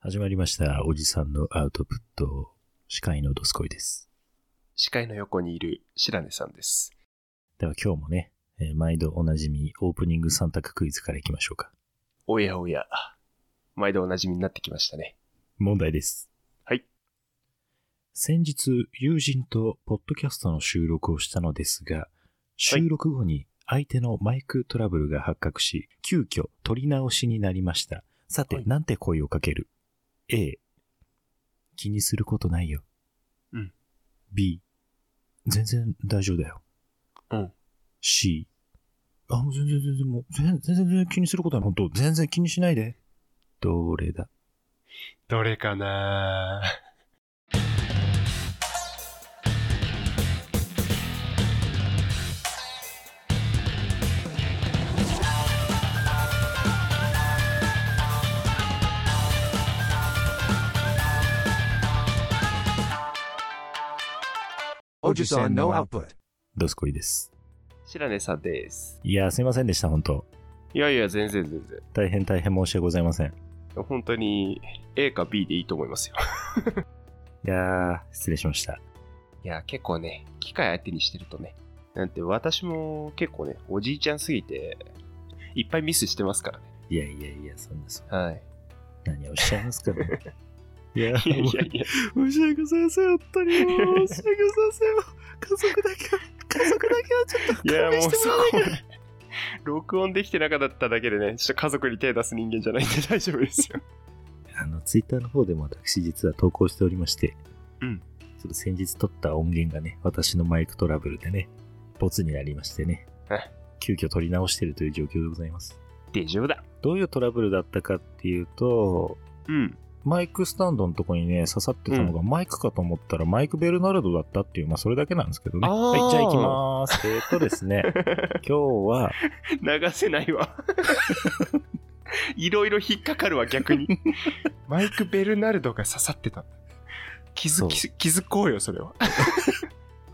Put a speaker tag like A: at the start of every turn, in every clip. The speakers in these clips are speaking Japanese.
A: 始まりました。おじさんのアウトプット。司会のドスコイです。
B: 司会の横にいる白根さんです。
A: では今日もね、えー、毎度おなじみオープニング3択クイズからいきましょうか。
B: おやおや。毎度おなじみになってきましたね。
A: 問題です。
B: はい。
A: 先日、友人とポッドキャストの収録をしたのですが、収録後に相手のマイクトラブルが発覚し、急遽取り直しになりました。さて、はい、なんて声をかける ?A、気にすることないよ。
B: うん。
A: B、全然大丈夫だよ。
B: うん。
A: C、あ、もう全然全然もう、全然全然気にすることない。本当全然気にしないで。どれだ
B: どれかな
A: おじさんのアウトプット。ドスコイです。
B: 白根さんです。
A: いや、すいませんでした、本当
B: いやいや、全然全然。
A: 大変大変申し訳ございません。
B: 本当に A か B でいいと思いますよ。
A: いやー、失礼しました。
B: いや、結構ね、機械相手にしてるとね、なんて私も結構ね、おじいちゃんすぎて、いっぱいミスしてますからね。
A: いやいやいや、そんなそ
B: んな。はい。
A: 何をおっしゃいますかね。
B: いやいやいや、
A: 申し訳ございません、本当に。申し訳ございません。家族だけは、家族だけはちょっと
B: いや、もうそこ、ね、 録音できてなかっただけでね、ちょっと家族に手出す人間じゃないんで 大丈夫ですよ。
A: あの、ツイッターの方でも私実は投稿しておりまして、
B: うん。
A: ちょっと先日撮った音源がね、私のマイクトラブルでね、ボツになりましてね、急遽撮り直してるという状況でございます。
B: 大丈夫だ。
A: どういうトラブルだったかっていうと、
B: うん。
A: マイクスタンドのとこにね、刺さってたのがマイクかと思ったら、マイク・ベルナルドだったっていう、まあそれだけなんですけどね。はい、じゃあ行きまーす。えー、っとですね、今日は。
B: 流せない わ。いろいろ引っかかるわ、逆に。 マイク・ベルナルドが刺さってた。気づき、気づこうよ、それは。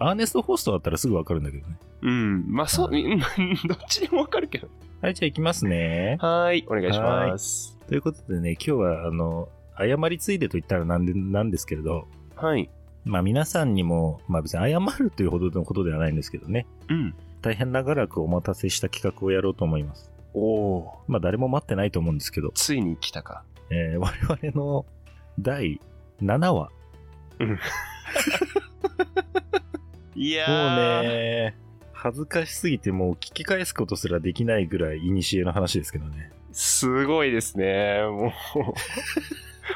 A: アーネスト・ホーストだったらすぐわかるんだけどね。
B: うん、まあ そう、どっちでもわかるけど。
A: はい、じゃあ行きますね。
B: はい、お願いします。
A: ということでね、今日は、あの、謝りついでと言ったらなんで、なんですけれど。
B: はい。
A: まあ皆さんにも、まあ別に謝るというほどのことではないんですけどね。
B: うん。
A: 大変長らくお待たせした企画をやろうと思います。
B: おお。
A: まあ誰も待ってないと思うんですけど。
B: ついに来たか。
A: えー、我々の第7話。
B: うん。いや
A: ー。もうね、恥ずかしすぎてもう聞き返すことすらできないぐらい古の話ですけどね。
B: すごいですね。もう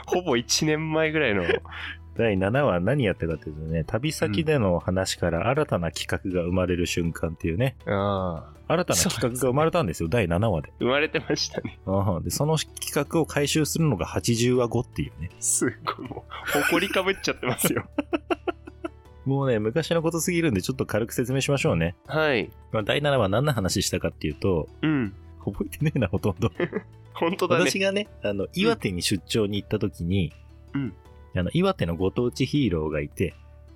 B: ほぼ1年前ぐらいの。
A: 第7話何やってたっていうとね、旅先での話から新たな企画が生まれる瞬間っていうね。
B: うん、新
A: たな企画が生まれたんですよ、すね、第7話で。
B: 生まれてましたね。
A: うん、で、その企画を回収するのが80話後っていうね。
B: すごい、もう、誇りかぶっちゃってますよ。
A: もうね、昔のことすぎるんで、ちょっと軽く説明しましょうね。
B: はい。
A: まあ、第7話何の話したかっていうと、
B: うん。
A: 覚えてねえな、ほとんど。
B: 本当だね。
A: 私がね、あの、岩手に出張に行った時に、
B: うん。
A: あの、岩手のご当地ヒーローがいて、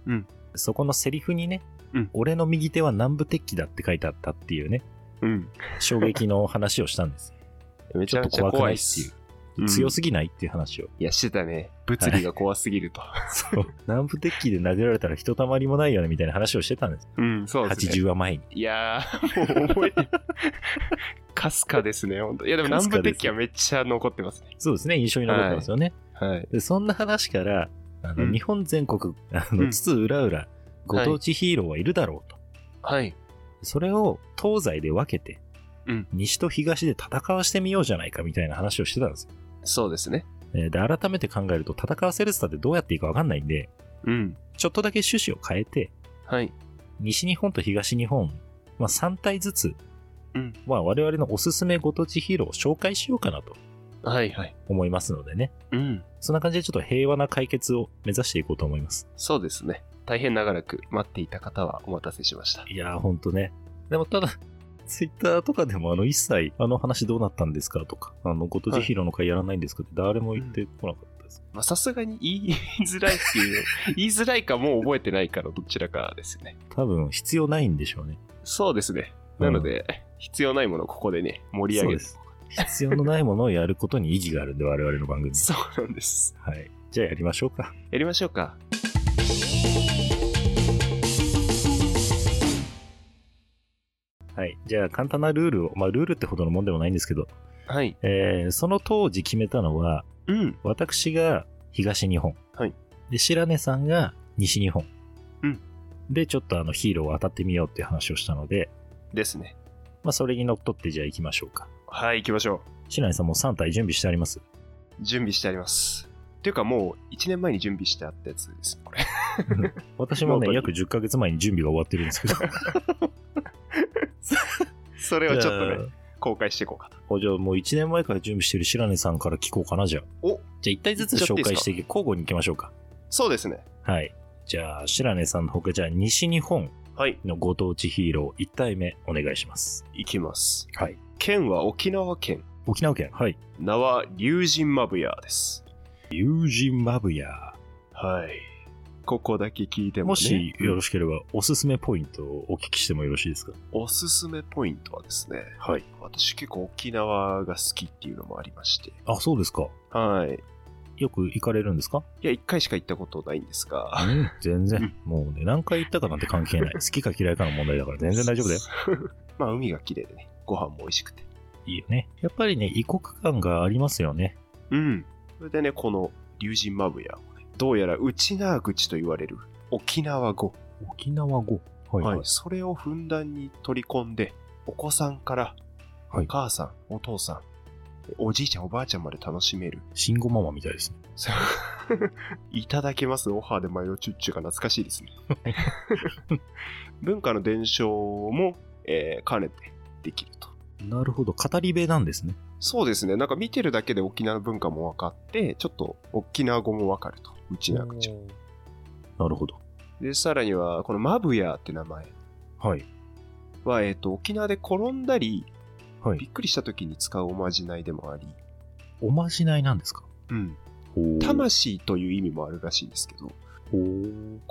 B: うん。
A: そこのセリフにね、
B: うん。
A: 俺の右手は南部鉄器だって書いてあったっていうね、
B: うん。
A: 衝撃の話をしたんです。
B: めちゃめちゃ怖いっ
A: す。っていう。強すぎないっていう話 を。
B: いや、してたね。物理が怖すぎると。
A: そう。南部鉄器で殴られたらひとたまりもないよね、みたいな話をしてたんです。
B: うん、そうです
A: ね。80話前に。
B: いやー、もう覚えて、かすかですね、本当いや、でも南部鉄器はめっちゃ残ってますね。
A: そうですね、印象に残ってますよね。
B: はい。
A: でそんな話から、あの、日本全国、あの、津々浦々、ご当地ヒーローはいるだろうと。
B: はい。
A: それを東西で分けて、
B: うん、
A: 西と東で戦わしてみようじゃないかみたいな話をしてたんですよ。
B: そうですね。
A: で、改めて考えると、戦わせるスタってどうやっていいかわかんないんで、
B: うん。
A: ちょっとだけ趣旨を変えて、
B: はい。
A: 西日本と東日本、まあ、3体ずつ、
B: うん。
A: まあ、我々のおすすめご当地ヒーローを紹介しようかなと。
B: はいはい。
A: 思いますのでね。
B: うん。
A: そんな感じでちょっと平和な解決を目指していこうと思います。
B: そうですね。大変長らく待っていた方はお待たせしました。
A: いやー、ほんとね。でもただ、 ツイッターとかでもあの一切あの話どうなったんですかとか、あのごとじひろの会やらないんですかって誰も言ってこなかったです。
B: まあさすがに言いづらいっていう、 言いづらいかもう覚えてないからどちらかですね。
A: 多分必要ないんでしょうね。
B: そうですね。なので、うん、必要ないものをここでね、盛り上げる。
A: 必要のないものをやることに意義があるんで、我々の番組。
B: そうなんです。
A: はい。じゃあやりましょうか。
B: やりましょうか。
A: はい。じゃあ簡単なルールを、まあルールってほどのもんでもないんですけど、
B: はい。
A: えーその当時決めたのは、
B: うん。
A: 私が東日本。
B: はい
A: で、白根さんが西日本。
B: うん
A: で、ちょっとあのヒーローを当たってみようっていう話をしたので、
B: ですね。
A: まあそれにのっとってじゃあ行きましょうか。
B: はい、行きましょ
A: 白根さんもう3体準備してあります。
B: う。準備してあります。っていうかもう1年前に準備してあったやつですね、これ。
A: 私も
B: ノート
A: ね、
B: に
A: 約10ヶ月前に準備が終わってるんですけ ど。
B: それはちょっ と
A: じ
B: ね
A: ゃ、
B: 公開していこうかと。
A: あ。じゃあもう1年前から準備してる白根さんから聞こうかな、じゃあ。
B: お
A: じゃあ1体ずつ
B: いっちゃって
A: 紹
B: いい
A: 介
B: ですか
A: していき、交互に行きましょうか。
B: そうですね。
A: はい。じゃあ、白根さんのほか、じゃあ西日本
B: はい、
A: のご当地ヒーロー1体目お願いします。
B: 行きます。
A: はい。
B: 県は沖縄県。
A: 沖縄県。はい。
B: 名は龍神マブヤです。
A: 友人マブヤ。
B: はい。ここだけ聞いても、ね、
A: もしよろしければ、おすすめポイントをお聞きしてもよろしいですか
B: おすすめポイントはですね、
A: はい。
B: 私結構沖縄が好きっていうのもありまして、
A: あ、そうですか。
B: はい。
A: よく行かれるんですか
B: いや、一回しか行ったことないんですが、
A: うん全
B: う
A: 然
B: ん。
A: もうね、何回行ったかなんて関 係ない。好きか嫌いかの問題だから全然大丈夫だよ。。
B: まあ、海が綺麗でね、ご飯も美味しくて。
A: いいよね。やっぱりね、異国感がありますよね。
B: うん。それでね、この龍神マブヤをね、どうやら内縄口と言われる沖縄語、
A: 沖縄語。はい、
B: は
A: はいい。
B: それをふんだんに取り込んで、お子さんから、
A: は
B: お
A: い
B: 母さん、お父さん、おじいちゃん、おばあちゃんまで楽しめる。
A: 慎吾ママみたいですね。
B: そういただけます、オハーでマイロチュッチュが懐かしいですね。文化の伝承も、えー兼ねてできると。
A: なるほど。語り部なんですね。
B: そうですね、なんか見てるだけで沖縄の文化も分かって、ちょっと沖縄語も分かると、うちな口は。
A: なるほど。
B: で、さらには、このマブヤーって名前
A: はい。
B: は、えっ、と、沖縄で転んだり、
A: はい
B: びっくりした時に使うおまじないでもあり、
A: おまじないなんですか
B: うん、
A: ほう
B: 魂という意味もあるらしいんですけど、
A: ほう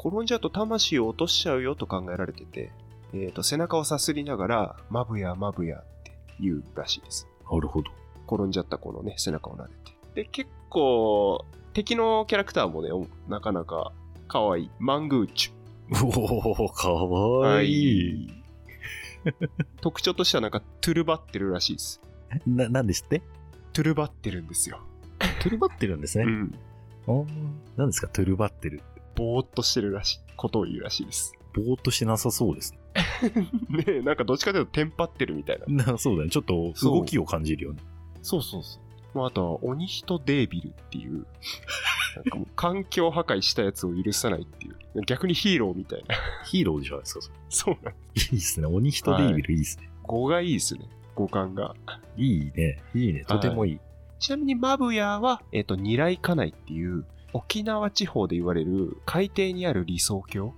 B: 転んじゃうと魂を落としちゃうよと考えられてて、えー、と背中をさすりながら、まぶやまぶやって言うらしいです。
A: なるほど。
B: 転んじゃった子のね、背中を撫でて。で、結構、敵のキャラクターもね、おなかなか可愛い。マングーチ
A: おおか
B: ュ。
A: わいい。。
B: 特徴としてはなんか、トゥルバってるらしいです。
A: な、なんですって
B: トゥルバってるんですよ。
A: トゥルバってるんです
B: う
A: ね。
B: ん。
A: おーなんですかトゥルバってる。
B: ぼーっとしてるらしい、ことを言うらしいです。
A: ぼーっとしてなさそうですね。
B: ねえなんかどっちかというとテンパってるみたいな。
A: なそうだね。ちょっと
B: そう
A: 動きを感じるよね。
B: そうそうそう。まあ、あとは、鬼人デービルっていう、なんかもう環境破壊したやつを許さないっていう、逆にヒーローみたいな。
A: ヒーローでしょないですかそれ
B: そうなん
A: いいですね。鬼人デイビルいいですね。
B: 語がいいですね、語感が。
A: いいね。いいね。とてもいい。
B: ちなみに、マブヤは、えっ、と、ニライカナイっていう、沖縄地方で言われる海底にある理想郷、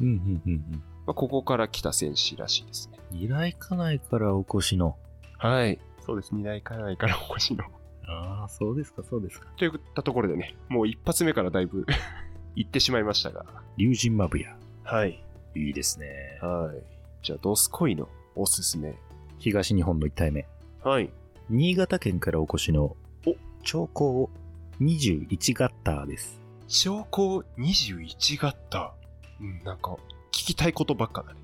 A: うんうんうんうん。
B: まあ、ここから来た戦士らしいですね。
A: 二来家内からお越しの。
B: はい。そうです、ニライカナイからお越しの。
A: ああ、そうですか、そうですか。
B: といったところでね、もう一発目からだい ぶ行ってしまいましたが。
A: 竜神マブヤ。
B: はい。
A: いいですね。
B: はい。じゃあ、ドスコイのおすすめ。
A: 東日本の一体目。
B: はい。
A: 新潟県からお越しの、お、長江21ガッターです。
B: 兆候21ガッター。うん、なんか、聞きたいことばっかだね。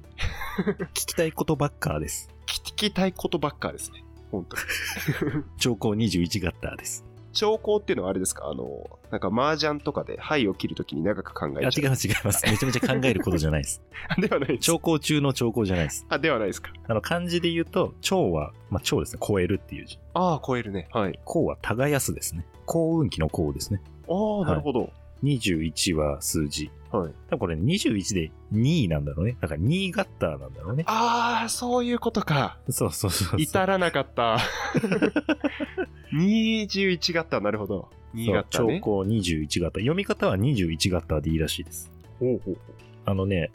A: 聞きたいことばっかーです。
B: 聞きたいことばっかですね。本 当に。
A: 長江21ガッターです。
B: 兆候っていうのはあれですかあの、なんか麻雀とかで牌を切るときに長く考
A: あ、
B: え
A: 違い
B: ちゃ
A: ます、違います。めちゃめちゃ考えることじゃないです。
B: う。 ではないです
A: 長。江中の長江じゃないです。
B: あ、ではないですか。
A: あの、漢字で言うと、長は、まあ、長ですね。超えるっていう字。
B: ああ、超えるね。はい。
A: 幸は耕すですね。幸運期の幸ですね。
B: ああ、なるほど。
A: 21は数字。
B: はい。
A: 多分これ21で2位なんだろうね。だから2ガッターなんだろうね。
B: ああ、そういうことか。
A: そうそうそうそう。
B: 至らなか った。21ガッター、なるほど。2ガッターね。
A: 長江21ガッター。読み方は21ガッターでいいらしいです。
B: ほうほう
A: あのね、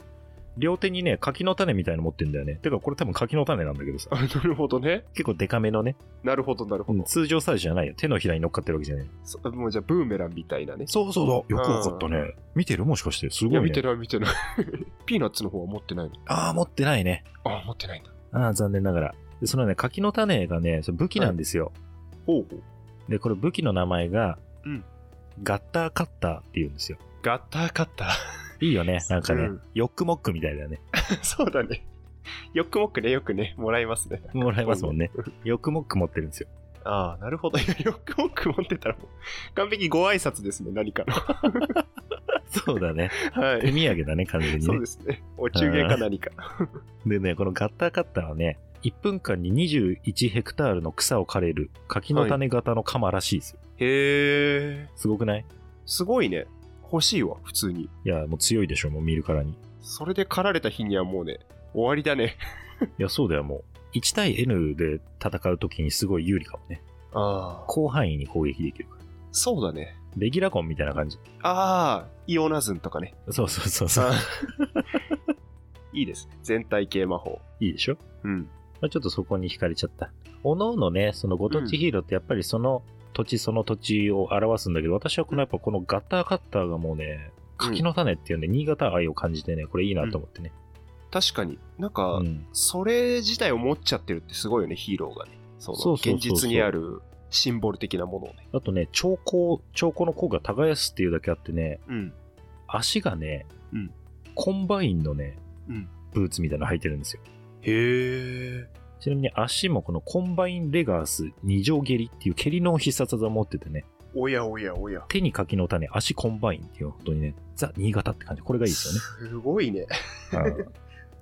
A: 両手にね、柿の種みたいの持ってんだよね。てかこれ多分柿の種なんだけどさ
B: あ。なるほどね。
A: 結構デカめのね、
B: なるほど、なるほど。
A: 通常サイズじゃないよ。手のひらに乗っかってるわけじゃない。
B: そもうじゃあ、ブーメランみたいなね。
A: そうそうだ。よくわかった
B: う
A: ね。見てるもしかして。す
B: い
A: ご
B: や、
A: い
B: 見て
A: ね。
B: ない、見てない。 ピーナッツの方は持ってないの。
A: ああ、持ってないね。
B: あ、持ってないんだ。
A: ああ、残念ながら。でそのね、柿の種がね、それ武器なんですよ。
B: ほうほう。
A: で、これ武器の名前が、
B: うん
A: ガッターカッターって言うんですよ。
B: ガッターカッタ
A: いいよね。なんかね、
B: うん
A: ヨックモックみたいだね。
B: ー。 そうだね。よくもくね、よくね、もらいますね。
A: もらえますもんね。ヨックモック持ってるんですよ。
B: ああ、なるほど。いや よくもく持ってたらもう、完璧ご挨拶ですね、何かの。
A: そうだね。
B: は
A: 手
B: い。
A: 土産だね、完全に
B: そ
A: ね
B: う。ですね。お中元か何か。
A: でね、このガッターカッターはね、1分間に21ヘクタールの草を刈れる柿の種型の鎌らしいですよ。
B: へえ。
A: すごくない
B: すごいね。欲しいわ、普通に。
A: いや、もう強いでしょ、もう見るからに。い
B: それで狩られた日にはもうね、終わりだね。
A: や、そうだよ、もう。1対 N で戦うときにすごい有利かもね。
B: ああ。
A: 広範囲に攻撃できるから。
B: そうだね。
A: レギュラコンみたいな感じ。
B: ああ、イオナズンとかね。
A: そうそうそうそう。
B: いいですね。全体系魔法。
A: いいでしょ
B: うん。
A: まあ、ちょっとそこに惹かれちゃった。おのおのね、そのご当地ヒーローってやっぱりその土地その土地を表すんだけど、私はこのやっぱこのガッターカッターがもうね、柿の種っていうね、新潟愛を感じてね、これいいなと思ってね。
B: 確かになんか、
A: うん
B: それ自体を持っちゃってるってすごいよね、ヒーローがね。その
A: そうそうそうそう
B: 現実にあるシンボル的なものをね。
A: あとね、兆候、兆候の効が耕すっていうだけあってね、
B: うん。
A: 足がね、
B: うん
A: コンバインのね、
B: うん
A: ブーツみたいなの履いてるんですよ。
B: へえ。
A: ちなみに足もこのコンバインレガース二条蹴りっていう蹴りの必殺技を持っててね、
B: おやおやおや。
A: 手に柿の種、足コンバインっていう本当にね、ザ・新潟って感じ。これがいいですよね。
B: すごいね。
A: うん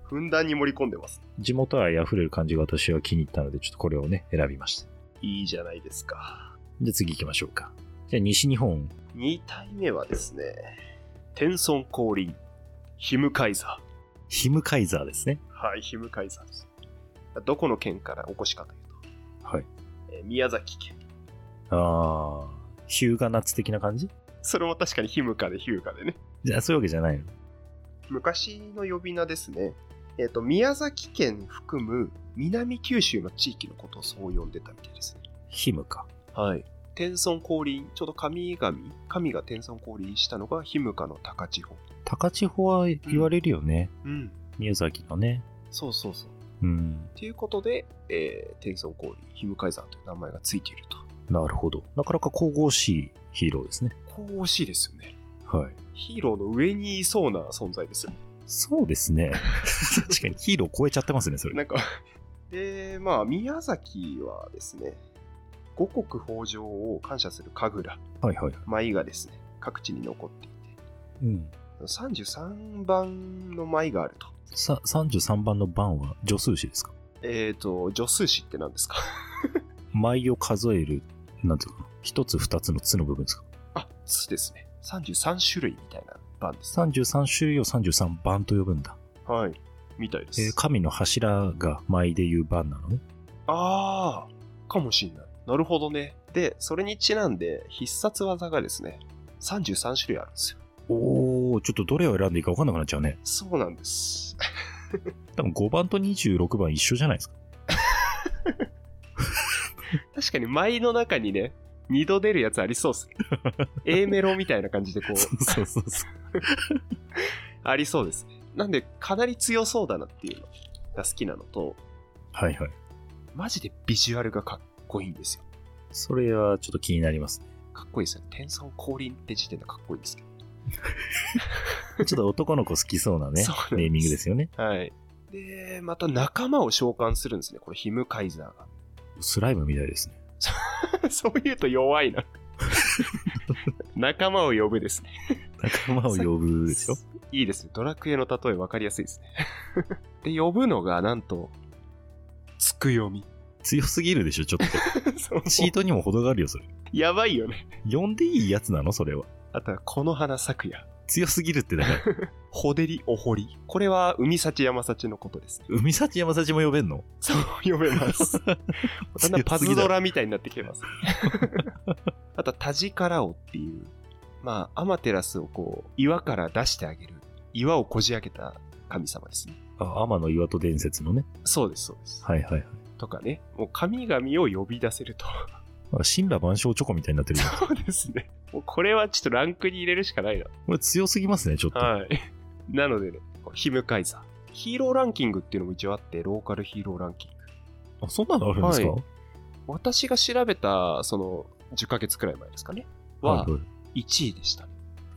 B: ふんだんに盛り込んでます。
A: 地元愛あふれる感じが私は気に入ったので、ちょっとこれをね、選びました。
B: いいじゃないですか。
A: じゃあ次行きましょうか。じゃあ西日本。
B: 2体目はですね、天孫降臨、ヒムカイザ
A: ヒムカイザーですね。
B: ー。はい、ヒムカイザーです。どこの県からお越しかという
A: はい。
B: と、えー宮崎県。
A: あー、ヒューガナッツ的な感じ
B: それも確かにヒムカでヒューカでね。
A: じゃあそういうわけじゃないの。
B: 昔の呼び名ですね。えっ、と、宮崎県含む南九州の地域のことをそう呼んでたみたいですね。
A: ヒムか。
B: はい。天孫降臨、ちょうど神々、神が天孫降臨したのがヒムカの高千穂。
A: 高千穂は言われるよね。
B: うん。
A: 宮崎のね。
B: そうそうそう。
A: うん。
B: ということで、えー、天孫降臨、ヒムカイザーという名前がついていると。
A: なるほど。なかなか神々しいヒーローですね。
B: 神々しいですよね。
A: はい。
B: ヒーローの上にいそうな存在ですよね。
A: そうですね。 確かにヒーロー超えちゃってますね、それ。
B: なんか、 で、まあ、宮崎はですね、五穀豊穣を感謝する神楽、
A: はいはい。
B: 舞がですね、各地に残っていて、
A: うん。
B: 33番の舞があると。
A: さ、33番の番は助数詞ですか
B: えっ、と、助数詞って何ですか
A: 舞を数える、なんていうかな、一つ二つのつの部分ですか
B: あ、つですね。33種類みたいな番です。
A: 33種類を33番と呼ぶんだ、
B: はい。みたいで
A: え
B: す。
A: ー神の柱が舞でいう番なのね
B: あー、かもしんない。なるほどね。で、それにちなんで、必殺技がですね、33種類あるんですよ。
A: おおちょっとどれを選んでいいか分かんなくなっちゃうね
B: そうなんです。
A: 多分5番と26番一緒じゃないですか
B: 確かに舞の中にね、二度出るやつありそう っすね。A メロみたいな感じでこ う、
A: そうそうそう
B: ありそうですね。なんで、かなり強そうだなっていうのが好きなのと、
A: はいはい
B: マジでビジュアルがかっこいいんですよ。
A: それはちょっと気になり ますね
B: かっこいいですよね。天孫降臨って時点でかっこいいんですけ
A: ちょっと男の子好きそうなね
B: そうなんです
A: ネーミングですよね
B: ど。はい。で、また仲間を召喚するんですね。これ、ヒムカイザー
A: スライムみたいですね
B: が。 そういうと 弱いな。仲間を呼ぶですね。
A: 仲間を呼ぶでしょ
B: いいですね。ドラクエの例え分かりやすいですね。で、呼ぶのが、なんと、つくよ み。
A: 強すぎるでしょちょっと
B: そう
A: チートにも程があるよそれ
B: やばいよね。
A: 呼んでいいやつなのそれは
B: あとは、この花咲くや。
A: 強すぎるってだから
B: ほでりおほり。これは、海幸山幸のことですね。
A: 海幸山幸も呼べんの
B: そう呼べます。だんだんパズドラみたいになってきてます。あと、タジカラオっていう、まあ、アマテラスをこう、岩から出してあげる、岩をこじ開けた神様ですね。
A: あ天の岩戸伝説のね。
B: そうです、そうです。
A: はいはいはい。
B: とかね、もう神々を呼び出せると。
A: あ神羅万象チョコみたいになって るよ。
B: そうですね。もうこれはちょっとランクに入れるしかないな。
A: これ強すぎますね、ちょっと。
B: はい。なのでね、こうヒムカイザー。ヒーローランキングっていうのも一応あって、ローカルヒーローランキング。
A: あそんなのあるんですか、
B: は私が調べた、その、10ヶ月くらい前ですかね。は、
A: いい
B: 1位でした。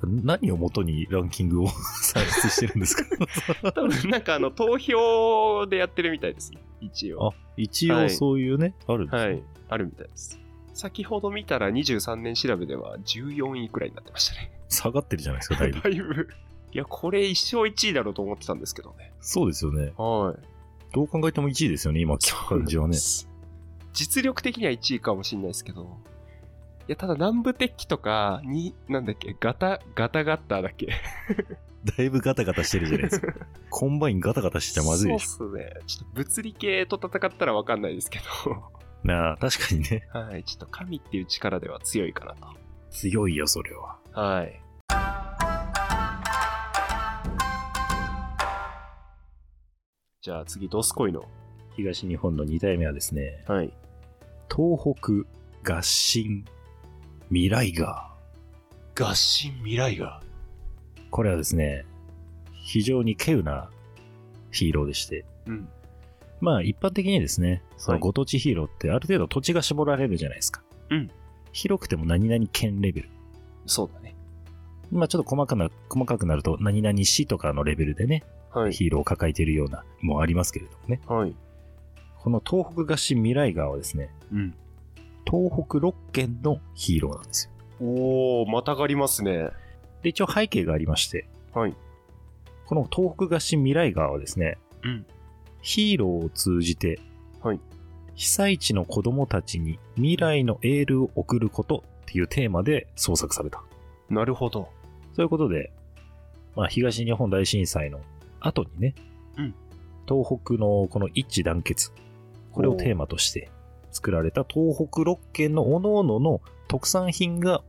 A: 何をもとにランキングを 算出してるん ですか
B: 多分、なんかあの、投票でやってるみたいですね。一応。
A: あ、一
B: は
A: 応
B: い
A: そういうね、あるんですね
B: はい。あるみたいです。先ほど見たら23年調べでは14位くらいになってましたね。
A: 下がってるじゃないですか、だいぶ。
B: だいぶ。いや、これ一生1位だろうと思ってたんですけどね。
A: そうですよね。
B: はい。
A: どう考えても1位ですよね、今聞く感じはね。
B: 実力的には1位かもしれないですけど、いや、ただ南部鉄器とか、に、なんだっけ、ガタ、ガタガッターだっけ。
A: だいぶガタガタしてるじゃないです か。コンバインガタガタしてまずいでしょ。
B: そうっすね。ちょっと物理系と戦ったらわかんないですけ ど、
A: なあ、確かにね。
B: はい、ちょっと神っていう力では強いかなと。
A: 強いよ、それは。
B: はい。じゃあ次、ドスコイの。
A: 東日本の2代目はですね、
B: はい。
A: 東北合心未来が
B: 合心未来が。
A: これはですね、非常に稀有なヒーローでして、
B: うん。
A: まあ一般的にですね、その
B: はい
A: ご当地ヒーローってある程度土地が絞られるじゃないですか。
B: うん
A: 広くても何々県レベル。
B: そうだね。
A: まあちょっと細かな、細かくなると何々市とかのレベルでね、
B: はい。
A: ヒーローを抱えているようなもありますけれどもね。
B: はい。
A: この東北合心未来川はですね、
B: うん。
A: 東北6県のヒーローなんですよ。
B: おー、またがりますね。
A: で、一応背景がありまして、
B: はい。
A: この東北合心未来川はですね、
B: うん
A: ヒーローを通じて、
B: はい
A: 被災地の子供たちに未来のエールを送ることっていうテーマで創作された。
B: なるほど。
A: ということで、まあ、東日本大震災の後にね、
B: うん
A: 東北のこの一致団結、これをテーマとして作られた東北6県の各々の特産品が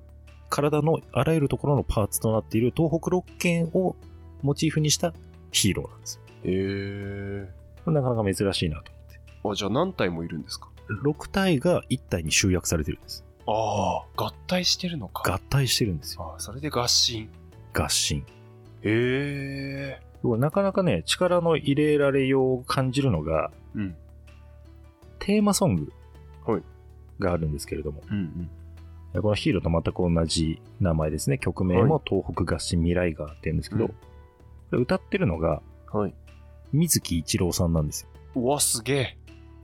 A: 体のあらゆるところのパーツとなっている東北6県をモチーフにしたヒーローなんですよ
B: へえ。
A: これなかなか珍しいなと思って。
B: あ、じゃあ何体もいるんですか
A: 6体が1体に集約されてるんです。
B: ああ、合体してるのか。
A: 合体してるんですよ。
B: あーそれで合心。
A: 合心。
B: へえ。
A: これなかなかね、力の入れられようを感じるのが、
B: うん。
A: テーマソング
B: はい
A: があるんですけれども、
B: うんうん。
A: このヒーローと全く同じ名前ですね。曲名も東北合心未来ガーって言うんですけど、
B: うん
A: これ歌ってるのが
B: はい。
A: 水木一郎さんなんですよ。
B: うわ、すげえ。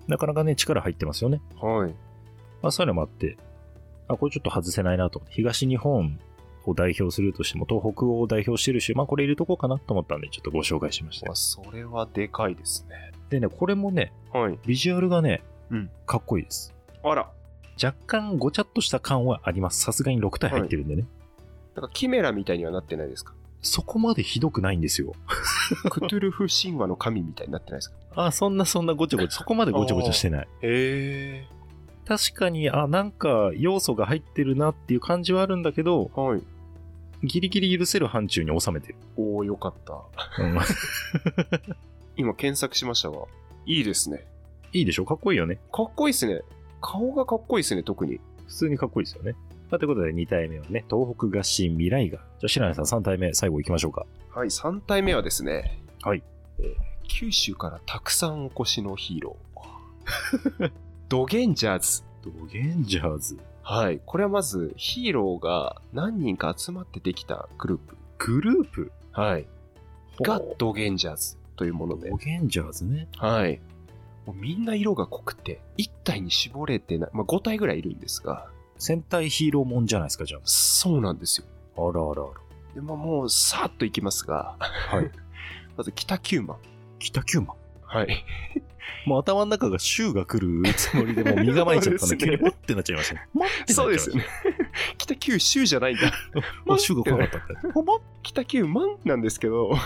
A: なかなかね、力入ってますよね。
B: はい。
A: まあ、そういうのもあって、あ、これちょっと外せないなと思って、東日本を代表するとしても、東北を代表してるし、まあこれ入れとこうかなと思ったんで、ちょっとご紹介しましたよ
B: わ、。それはでかいですね。
A: でね、これもね、
B: はい。
A: ビジュアルがね、
B: うん
A: かっこいいです。
B: あら、
A: 若干ごちゃっとした感はあります。さすがに6体入ってるんでね。
B: なんかキメラみたいにはなってないですか
A: そこまでひどくないんですよ。
B: クトゥルフ神話の神みたいになってないですか
A: あ、そんなそんなごちゃごちゃ、 そこまでごちゃごちゃしてない。
B: へえ。
A: 確かに、あ、なんか要素が入ってるなっていう感じはあるんだけど、
B: はい。
A: ギリギリ許せる範疇に収めてる。
B: おお、よかった。
A: うん
B: 今検索しましたが、いいですね。
A: いいでしょかっこいいよね。
B: かっこいいですね。顔がかっこいいですね、特に。
A: 普通にかっこいいですよね。まあということで2体目はね、東北合心未来が。じゃあ、白根さん3体目、最後行きましょうか。
B: はい、3体目はですね。
A: はい。
B: えー九州からたくさんお越しのヒーロー。ドゲンジャーズ。
A: ドゲンジャーズ。
B: はい。これはまず、ヒーローが何人か集まってできたグループ。
A: グループ
B: はい。が
A: ほう
B: ドゲンジャーズというもので
A: ド。ゲンジャーズね。
B: はい。もうみんな色が濃くて、1体に絞れてない。まあ、5体ぐらいいるんですが、
A: 戦隊ヒーローもんじゃないですか、じゃ
B: そうなんですよ。
A: あ。あらあらあ
B: でまあ、もう、さーっといきますが、
A: ら。はい。
B: まず、北九万。
A: 北九万。
B: はい。
A: もう頭の中が州が来るつもりでもう身構えちゃったん
B: そうです
A: で、
B: ね
A: 急にポッてなっちゃいましたね。
B: そうですよね。 北九州じゃない んだ。
A: もう州が来なかったって。
B: ほぼ北九万なんですけど、
A: い
B: ま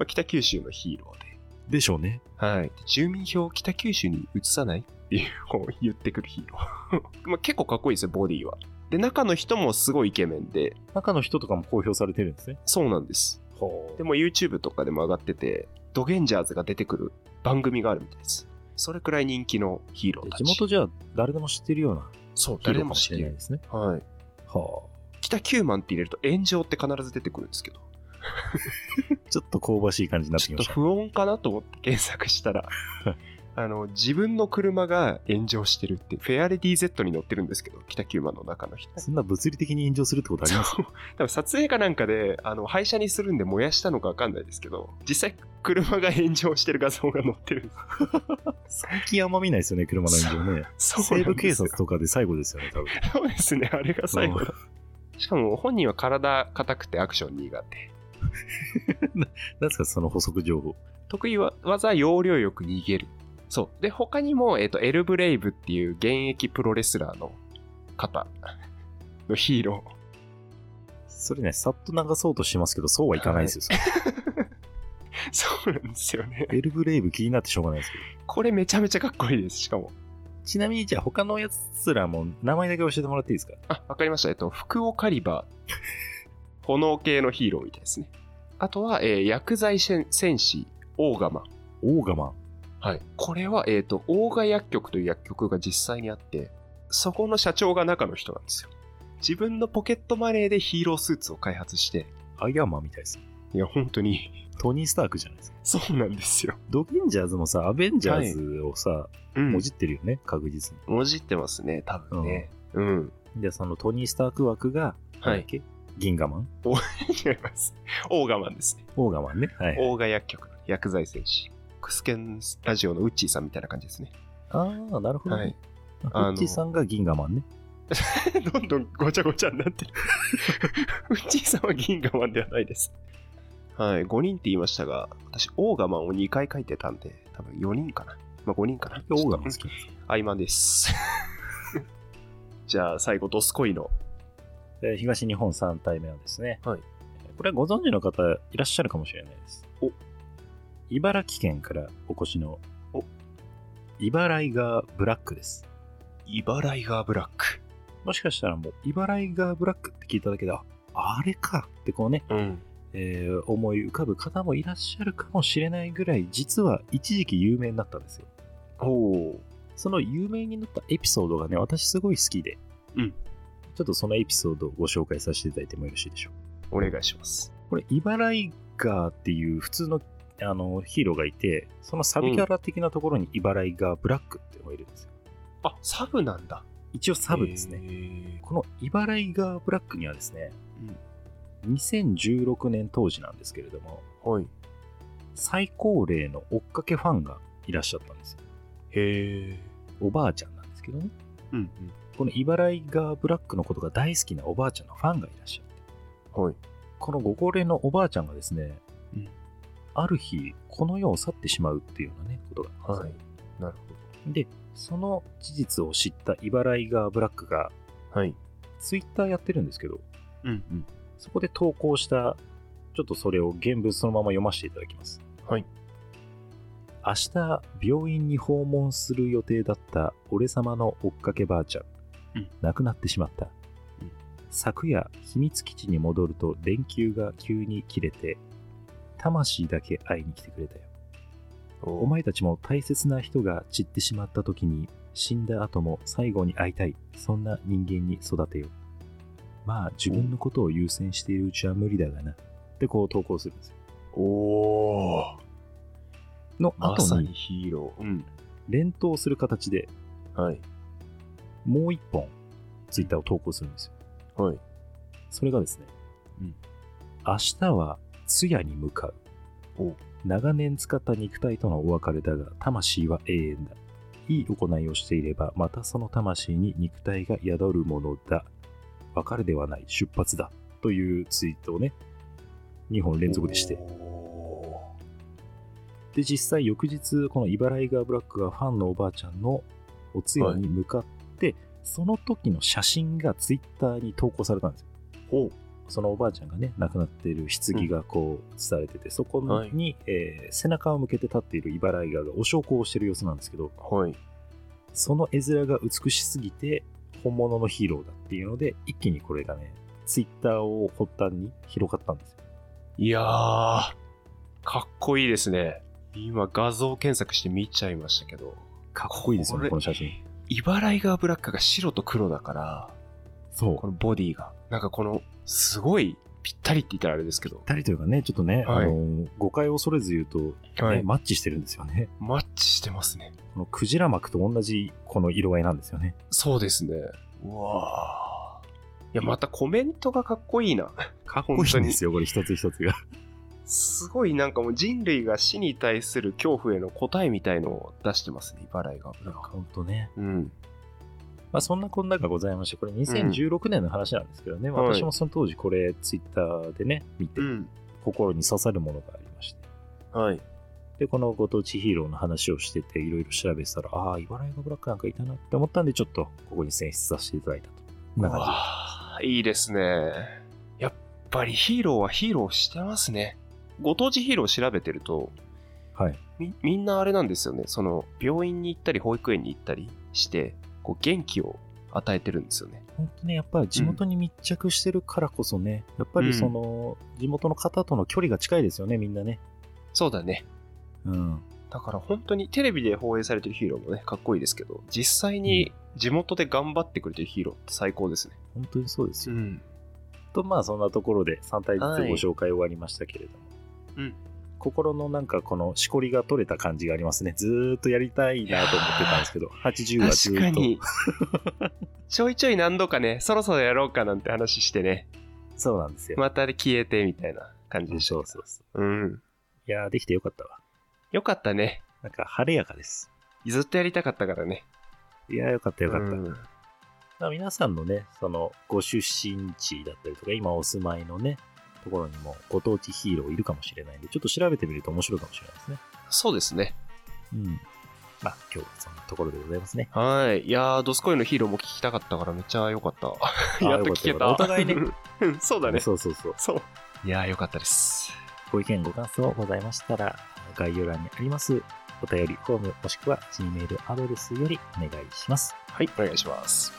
B: あ北九州のヒーローで。
A: でしょうね。
B: はい。住民票を北九州に移さない っていうの を言ってくるヒーロー。まあ結構かっこいいですよ、ボディは。で、中の人もすごいイケメンで、
A: 中の人とかも公表されてるんですね。
B: そうなんです。
A: ほ
B: でも YouTube とかでも上がってて、ドゲンジャーズが出てくる番組があるみたいです。それくらい人気のヒーローたち。
A: 地元じゃ誰でも知ってるような
B: そう、
A: ヒー
B: 誰
A: ローか
B: でも
A: も
B: 知
A: し
B: って
A: れない
B: る。
A: ですね。
B: はい。
A: は
B: 北九万って入れると炎上って必ず出てくるんですけど、
A: あ。ちょっと香ばしい感じになって
B: ち
A: き
B: ょっ
A: ま
B: と
A: した。
B: 不穏かなと思って検索したら、あの自分の車が炎上してるってフェアレディ Z に乗ってるんですけど北九馬の中の人
A: そんな物理的に炎上するってことあります
B: そう 多分撮影かなんかであの廃車にするんで燃やしたのか分かんないですけど実際車が炎上してる画像が載ってる
A: 最近あんま見ないですよね、車の炎 上ね。
B: そ
A: 西部警察とかで最後ですよね、多 分。
B: そうですねあれが最後だしかも本人は体硬くてアクション苦手
A: 何ですか、その補足情報。
B: 得意技要領よく逃げるそうで他にも、えっとエル・ブレイブっていう現役プロレスラーの方のヒーロー
A: それね、さっと流そうとしますけど、そうはいかないですよ。それ
B: そうなんですよね
A: エルブレイブ気になってしょうがないですけど。
B: これめちゃめちゃかっこいいですしかも
A: ちなみに、じゃあ他のやつらも名前だけ教えてもらっていいですか
B: あ、わかりました。えっと、福オカリバ ー。炎系のヒーローみたいですね。あとは、えー薬剤戦戦士、オーガマン。
A: オーガマン。
B: はい。これは、えっ、と、オーガ薬局という薬局が実際にあって、そこの社長が中の人なんですよ。自分のポケットマネーでヒーロースーツを開発して、
A: アイアンマンみたいです。
B: いや、本当に、
A: トニー・スタークじゃないですか。
B: そうなんですよ。
A: ドベンジャーズもさ、アベンジャーズをさ、
B: うん
A: もじってるよね、確実に。
B: もじってますね、多分ね。うん。
A: で、そのトニー・スターク枠が、
B: は
A: なんだっ
B: い。
A: け銀河マン
B: 違います。オーガマンですね。
A: オーガマンね。はい。
B: 大賀薬局の薬剤戦士クスケンラジオのウッチーさんみたいな感じですね
A: ああ、なるほど、ね。
B: はいあ
A: あ
B: の
A: ウッチーさんが銀河マンね。
B: どんどんごちゃごちゃになってる ウッチーさんは銀河マンではないですはい5人って言いましたが私オーガマンを2回書いてたんで多分4人かなまあ5人かな
A: オーガマン好きなんですよ
B: アイマンです じゃあ最後ドスコイの
A: で東日本3体目はですね、
B: はい
A: これはご存知の方いらっしゃるかもしれないです
B: お
A: 茨城県からお越しの
B: お
A: 茨城がブラックです
B: イバライガーブラック
A: もしかしたらもう茨城がブラックって聞いただけでああれかってこうね、
B: うん
A: えー思い浮かぶ方もいらっしゃるかもしれないぐらい実は一時期有名になったんですよ
B: おお
A: その有名になったエピソードがね私すごい好きで、
B: うん
A: ちょっとそのエピソードをご紹介させていただいてもよろしいでしょうか
B: お願いします
A: これ、イバライガーっていう普通のあのヒーローがいて、そのサビキャラ的なところにイバライガーブラックっていうのがいるんですよ。
B: あサブなんだ
A: 一応サブですね。
B: ね
A: このイバライガーブラックにはですね、2016年当時なんですけれども、
B: はい
A: 最高齢の追っかけファンがいらっしゃったんですよ。
B: へえ
A: おばあちゃんなんですけどね。
B: うんうん
A: このイバライガーブラックのことが大好きなおばあちゃんのファンがいらっしゃって、
B: はい
A: このご高齢のおばあちゃんがですね、
B: うん
A: ある日、この世を去ってしまうっていうようなね、ことがあったんですよ
B: はい。なるほ
A: で、その事実を知ったイバライガー・ブラックが、
B: ど。はい。
A: ツイッターやってるんですけど、
B: うんうん。
A: そこで投稿した、ちょっとそれを原文そのまま読ませていただきます。
B: はい。
A: 明日、病院に訪問する予定だった俺様の追っかけばあちゃん、
B: うん
A: 亡くなってしまった。
B: うん
A: 昨夜、秘密基地に戻ると電球が急に切れて、魂だけ会いに来てくれたよ。お
B: お前、
A: 前たちも大切な人が散ってしまった時に死んだ後も最後に会いたいそんな人間に育てようまあ自分のことを優先しているうちは無理だがなってこう投稿するんですよ
B: おお。
A: の
B: ま
A: 後
B: さ
A: に
B: にヒーロー。うん。
A: 連投する形で
B: はい。
A: もう一本ツイッターを投稿するんですよ
B: はい。
A: それがですね、
B: うん
A: 明日は通夜に向かう
B: お
A: 長年使った肉体とのお別れだが魂は永遠だいい行いをしていればまたその魂に肉体が宿るものだ別れではない出発だというツイートをね2本連続でして
B: お
A: で実際翌日このイバライガーブラックがファンのおばあちゃんのお通夜に向かって、その時の写真がツイッターに投稿されたんですよ
B: お。
A: そのおばあちゃんがね亡くなっている棺がこう映されてて、そこに、
B: はい
A: えー背中を向けて立っているイバライガーがお焼香をしてる様子なんですけど
B: はい。
A: その絵面が美しすぎて本物のヒーローだっていうので一気にこれがねツイッターを発端に広がったんですよ
B: いやー、かっこいいですね。今、画像検索して見ちゃいましたけど。
A: かっこいいですよ
B: こ
A: ね
B: れ
A: この写真
B: イバライガーブラックが白と黒だから、
A: そ
B: こ
A: う
B: のボディが。なんかこの、すごいぴったりって言ったらあれですけど、
A: 二人というかね、ちょっとね、
B: はい
A: あの、誤解を恐れず言うと、ね
B: はい
A: マッチしてるんですよね。
B: マッチしてますね。
A: このクジラ膜と同じこの色合いなんですよね。
B: そうですね。うわーいや、またコメントがかっこいいな。
A: かっ
B: こいいんです
A: よ、これ一つ一つ が。
B: すごいなんかもう人類が死に対する恐怖への答えみたいのを出してますね、茨井が。
A: ほんとね。
B: うん。
A: まあそんなこんながございまして、これ2016年の話なんですけどね、まあ
B: はい
A: 私もその当時これツイッターでね、見て、
B: うん。
A: 心に刺さるものがありまして。
B: はい。
A: で、このご当地ヒーローの話をしてて、いろいろ調べてたら、ああ、茨城がブラックなんかいたなって思ったんで、ちょっとここに選出させていただいたと。こんな感じで
B: わーいいですね。やっぱりヒーローはヒーローしてますね。ご当地ヒーローを調べてると、
A: はい。
B: みみんなあれなんですよね。その、病院に行ったり、保育園に行ったりして、こう、元気を与えてるんですよね。
A: 本当ね、やっぱり地元に密着してるからこそね、やっぱりその、地元の方との距離が近いですよね、みんなね。
B: そうだね。
A: うん。
B: だから本当にテレビで放映されてるヒーローもね、かっこいいですけど、実際に地元で頑張ってくれてるヒーローって最高ですね。
A: 本当にそうですよ。
B: ん。
A: と、まあ、そんなところで3体ずつご紹介終わりましたけれども。
B: うん
A: 心のなんかこのしこりが取れた感じがありますね。ずーっとやりたいなと思ってたんですけど、80はず
B: 確
A: ー
B: か
A: っと。
B: に。 ちょいちょい何度かね、そろそろやろうかなんて話してね、
A: そうなんですよ。
B: また消えてみたいな感じでし
A: そ
B: ょ
A: う。そうそう。
B: うん。
A: いやー、できてよかったわ。
B: よかったね。
A: なんか晴れやかです。
B: ずっとやりたかったからね。
A: いやー、よかったよかった。
B: うん
A: まあ、皆さんのね、その、ご出身地だったりとか、今お住まいのね、ところにもご当地ヒーローいるかもしれないんで、ちょっと調べてみると面白いかもしれないですね。
B: そうですね。
A: うん。まあ、今日はそんなところでございますね。
B: はい。いやー、ドスコイのヒーローも聞きたかったからめっちゃよかった。
A: あー
B: やっと聞けた。
A: よかったよかったお互いね。
B: うんそうだね。
A: そうそうそう。
B: そう。いやー、よかったです。
A: ご意見、ご感想ございましたら、概要欄にあります、お便りフォーム、もしくは Gmail アドレスよりお願いします。
B: はい、お願いします。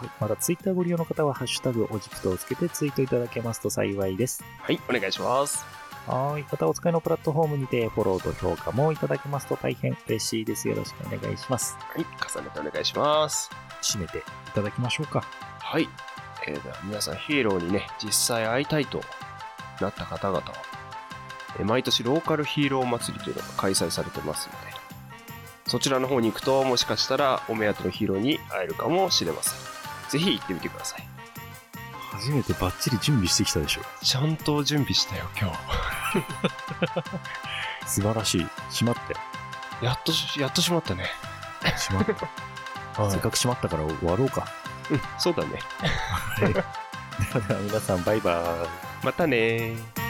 A: はい、また、ツイッターご利用の方は、ハッシュタグ、おじくとをつけてツイートいただけますと幸いです。
B: はい、お願いします。
A: はい。またお使いのプラットフォームにてフォローと評価もいただけますと大変嬉しいです。よろしくお願いします。
B: はい、重ねてお願いします。
A: 締めていただきましょうか。
B: はい。えー、では皆さんヒーローにね、実際会いたいとなった方々は、えー毎年ローカルヒーロー祭りというのが開催されてますので、そちらの方に行くと、もしかしたらお目当てのヒーローに会えるかもしれません。ぜひ行ってみてください。
A: 初めてバッチリ準備してきたでしょ。
B: ちゃんと準備したよ、今日。
A: 素晴らしい。しまって。
B: やっと、やっとしまったね。
A: しま って。せっかくしまったから終わろうか。
B: うん、そうだね。
A: ではでは皆さんバイバーイ。
B: またねー。